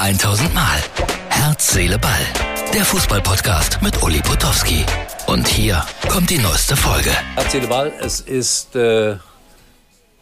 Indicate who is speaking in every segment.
Speaker 1: 1000 Mal. Herz, Seele, Ball. Der Fußballpodcast mit Uli Potowski. Und hier kommt die neueste Folge.
Speaker 2: Erzähle Ball, es ist äh,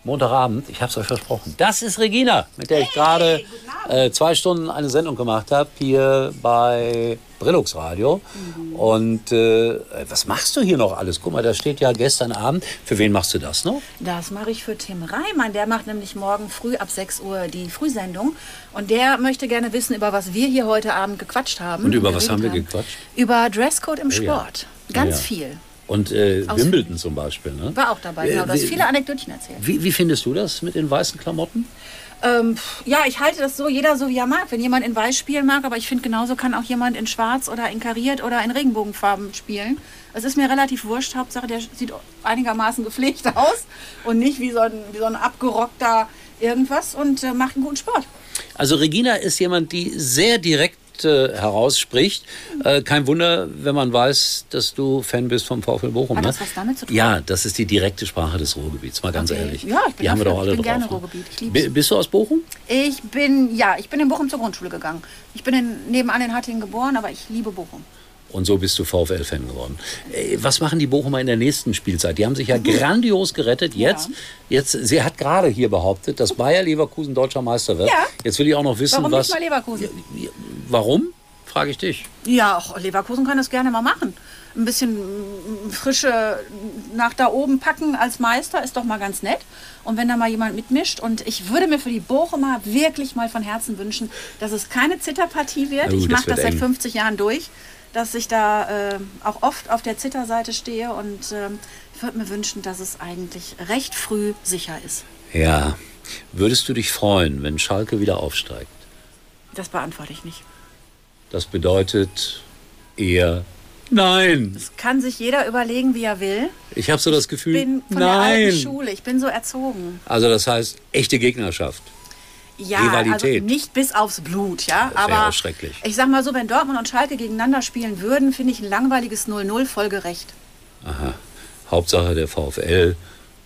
Speaker 2: Montagabend, ich habe es euch versprochen. Das ist Regina, mit der ich gerade äh, zwei Stunden eine Sendung gemacht habe, hier bei Brillux Radio.
Speaker 3: Mhm.
Speaker 2: Und äh, was machst du hier noch alles? Guck mal, da steht ja gestern Abend, für wen machst du das noch?
Speaker 3: Das mache ich für Tim Reimann. Der macht nämlich morgen früh ab 6 Uhr die Frühsendung. Und der möchte gerne wissen, über was wir hier heute Abend gequatscht haben.
Speaker 2: Und über was
Speaker 3: geredet
Speaker 2: haben wir gequatscht? Oh
Speaker 3: Über Dresscode im
Speaker 2: ja. Oh
Speaker 3: Sport. Ganz
Speaker 2: Ja.
Speaker 3: viel.
Speaker 2: Und äh,
Speaker 3: Aus-
Speaker 2: Wimbledon zum Beispiel, ne?
Speaker 3: War auch dabei, genau.
Speaker 2: Äh,
Speaker 3: Da hast
Speaker 2: wie-
Speaker 3: viele Anekdötchen erzählt.
Speaker 2: Wie, wie findest du das mit den weißen Klamotten?
Speaker 3: Ähm, pff, ja, ich halte das so, jeder so wie er mag. Wenn jemand in Weiß spielen mag, aber ich finde, genauso kann auch jemand in Schwarz oder in Kariert oder in Regenbogenfarben spielen. Es ist mir relativ wurscht. Hauptsache, der sieht einigermaßen gepflegt aus und nicht wie so ein, wie so ein abgerockter irgendwas und äh, macht einen guten Sport.
Speaker 2: Also Regina ist jemand, die sehr direkt äh, herausspricht. Äh, kein Wunder, wenn man weiß, dass du Fan bist vom VfL Bochum.
Speaker 3: Hat
Speaker 2: ne?
Speaker 3: das was damit zu tun?
Speaker 2: Ja, das ist die direkte Sprache des Ruhrgebiets, mal ganz
Speaker 3: Okay.
Speaker 2: ehrlich.
Speaker 3: Ja, ich bin
Speaker 2: die haben wir
Speaker 3: dafür.
Speaker 2: doch alle
Speaker 3: Ich bin
Speaker 2: drauf.
Speaker 3: gerne
Speaker 2: ne?
Speaker 3: Ruhrgebiet. Ich lieb's.
Speaker 2: Bi- Bist du aus Bochum?
Speaker 3: Ich bin, ja, ich bin in Bochum zur Grundschule gegangen. Ich bin in, nebenan in Hattingen geboren, aber ich liebe Bochum.
Speaker 2: Und so bist du VfL-Fan geworden. Äh, Was machen die Bochumer in der nächsten Spielzeit? Die haben sich ja grandios gerettet. Jetzt, jetzt, sie hat gerade hier behauptet, dass Bayer Leverkusen deutscher Meister wird.
Speaker 3: Ja.
Speaker 2: Jetzt will ich auch noch wissen,
Speaker 3: Warum
Speaker 2: was.
Speaker 3: nicht mal Leverkusen?
Speaker 2: Warum? Frage ich dich.
Speaker 3: Ja, auch Leverkusen kann das gerne mal machen. Ein bisschen mm, frische nach da oben packen als Meister ist doch mal ganz nett. Und wenn da mal jemand mitmischt. Und ich würde mir für die Bochumer wirklich mal von Herzen wünschen, dass es keine Zitterpartie wird.
Speaker 2: Oh,
Speaker 3: ich
Speaker 2: das
Speaker 3: mache
Speaker 2: wird
Speaker 3: das seit
Speaker 2: eng.
Speaker 3: 50 Jahren durch, dass ich da äh, auch oft auf der Zitterseite stehe. Und ähm, ich würde mir wünschen, dass es eigentlich recht früh sicher ist.
Speaker 2: Ja. Würdest du dich freuen, wenn Schalke wieder aufsteigt?
Speaker 3: Das beantworte ich nicht.
Speaker 2: Das bedeutet eher nein.
Speaker 3: Kann sich jeder überlegen, wie er will.
Speaker 2: Ich habe so das
Speaker 3: Ich
Speaker 2: Gefühl,
Speaker 3: bin von der alten
Speaker 2: nein.
Speaker 3: Schule. Ich bin so erzogen.
Speaker 2: Also das heißt echte Gegnerschaft.
Speaker 3: Ja,
Speaker 2: Rivalität.
Speaker 3: also nicht bis aufs Blut, ja.
Speaker 2: Das wäre
Speaker 3: aber
Speaker 2: auch schrecklich.
Speaker 3: ich sag mal so, wenn Dortmund und Schalke gegeneinander spielen würden, finde ich ein langweiliges 0-0 vollgerecht.
Speaker 2: Aha. Hauptsache der VfL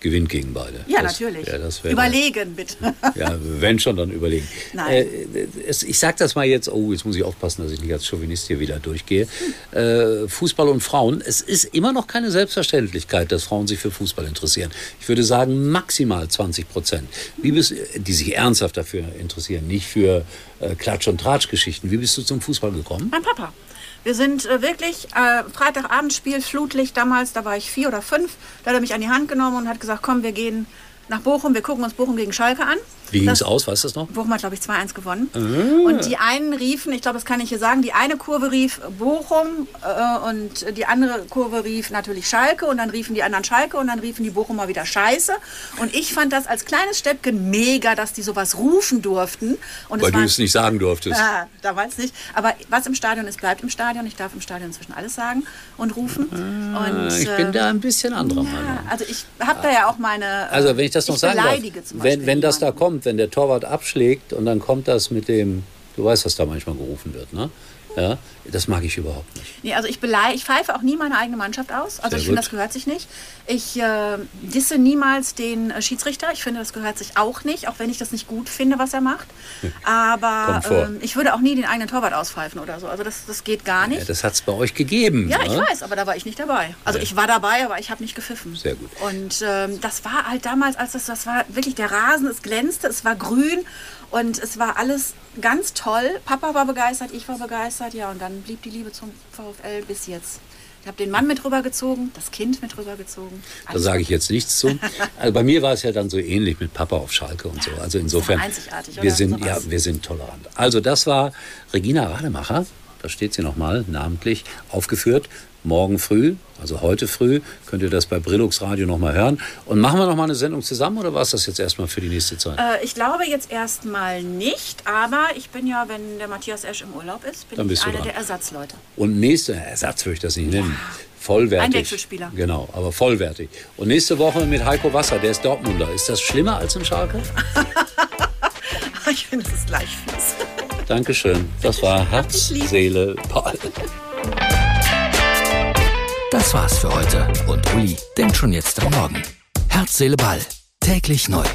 Speaker 2: gewinnt gegen beide.
Speaker 3: Ja,
Speaker 2: Das-
Speaker 3: natürlich.
Speaker 2: Ja, das wäre
Speaker 3: Überlegen, bitte.
Speaker 2: Ja, wenn schon, dann überlegen.
Speaker 3: Nein.
Speaker 2: Äh, es, ich sage das mal jetzt, oh, jetzt muss ich aufpassen, dass ich nicht als Chauvinist hier wieder durchgehe. Äh, Fußball und Frauen, es ist immer noch keine Selbstverständlichkeit, dass Frauen sich für Fußball interessieren. Ich würde sagen, maximal 20 Prozent, Wie bist, die sich ernsthaft dafür interessieren, nicht für äh, Klatsch- und Tratschgeschichten. Wie bist du zum Fußball gekommen?
Speaker 3: mein Papa. Wir sind äh, wirklich äh, Freitagabendspiel, Flutlicht damals, da war ich vier oder fünf. Da hat er mich an die Hand genommen und hat gesagt, komm, wir gehen nach Bochum, wir gucken uns Bochum gegen Schalke an.
Speaker 2: Wie ging
Speaker 3: Das-
Speaker 2: es aus, weißt du das noch?
Speaker 3: Bochum hat, glaube ich, 2-1 gewonnen.
Speaker 2: Ah.
Speaker 3: Und die einen riefen, ich glaube, das kann ich hier sagen, die eine Kurve rief Bochum äh, und die andere Kurve rief natürlich Schalke und dann riefen die anderen Schalke und dann riefen die Bochumer wieder Scheiße. Und ich fand das als kleines Steppken mega, dass die sowas rufen durften. Und
Speaker 2: Weil
Speaker 3: waren-
Speaker 2: du es nicht sagen durftest.
Speaker 3: ja, damals nicht. Aber was im Stadion ist, bleibt im Stadion. Ich darf im Stadion inzwischen alles sagen und rufen. Und,
Speaker 2: Ah, ich bin
Speaker 3: äh,
Speaker 2: da ein bisschen anderer Meinung.
Speaker 3: ja, also ich habe da ja auch meine. äh,
Speaker 2: Also wenn ich das noch sagen darf,
Speaker 3: beleidige zum
Speaker 2: wenn,
Speaker 3: Beispiel
Speaker 2: wenn das da
Speaker 3: niemanden.
Speaker 2: kommt, wenn der Torwart abschlägt und dann kommt das mit dem, du weißt, was da manchmal gerufen wird, ne? Ja, das mag ich überhaupt nicht.
Speaker 3: Nee, also ich, belei ich pfeife auch nie meine eigene Mannschaft aus. Also
Speaker 2: Sehr
Speaker 3: ich finde,
Speaker 2: gut.
Speaker 3: das gehört sich nicht. Ich äh, disse niemals den äh, Schiedsrichter. Ich finde, das gehört sich auch nicht, auch wenn ich das nicht gut finde, was er macht. Aber
Speaker 2: Hm. Kommt vor.
Speaker 3: ähm, ich würde auch nie den eigenen Torwart auspfeifen oder so. Also das, das geht gar
Speaker 2: Ja,
Speaker 3: nicht.
Speaker 2: das hat es bei euch gegeben.
Speaker 3: Ja,
Speaker 2: ne?
Speaker 3: ich weiß, aber da war ich nicht dabei. Also
Speaker 2: Nee.
Speaker 3: ich war dabei, aber ich habe nicht gepfiffen.
Speaker 2: Sehr gut.
Speaker 3: Und ähm, das war halt damals, als das, das war wirklich der Rasen, es glänzte, es war grün und es war alles ganz toll. Papa war begeistert, ich war begeistert, ja, und dann blieb die Liebe zum VfL bis jetzt. Ich habe den Mann mit rübergezogen, das Kind mit rübergezogen. Also,
Speaker 2: Da
Speaker 3: Alles
Speaker 2: sage ich jetzt nichts zu. Also bei mir war es ja dann so ähnlich mit Papa auf Schalke und so. Also insofern,
Speaker 3: ist aber einzigartig,
Speaker 2: wir
Speaker 3: oder?
Speaker 2: sind ja,
Speaker 3: Sowas.
Speaker 2: wir sind tolerant. Also das war Regina Rademacher. Da steht sie nochmal namentlich aufgeführt. Morgen früh, also heute früh, könnt ihr das bei Brillux Radio nochmal hören. Und machen wir nochmal eine Sendung zusammen oder war es das jetzt erstmal für die nächste Zeit?
Speaker 3: Äh, Ich glaube jetzt erstmal nicht, aber ich bin ja, wenn der Matthias Esch im Urlaub ist, bin
Speaker 2: Dann bist
Speaker 3: ich
Speaker 2: du
Speaker 3: einer
Speaker 2: dran.
Speaker 3: der Ersatzleute.
Speaker 2: Und nächste, Ersatz würde ich das nicht nennen, vollwertig.
Speaker 3: Ein Wechselspieler.
Speaker 2: Genau, aber vollwertig. Und nächste Woche mit Heiko Wasser, der ist Dortmunder. Ist das schlimmer als ein Schalke?
Speaker 3: Ich finde, es ist gleich fies.
Speaker 2: Dankeschön. Das war Herz,
Speaker 3: lieb.
Speaker 2: Seele, Ball.
Speaker 1: Das war's für heute. Und Uli denkt schon jetzt am Morgen. Herz, Seele, Ball. Täglich neu.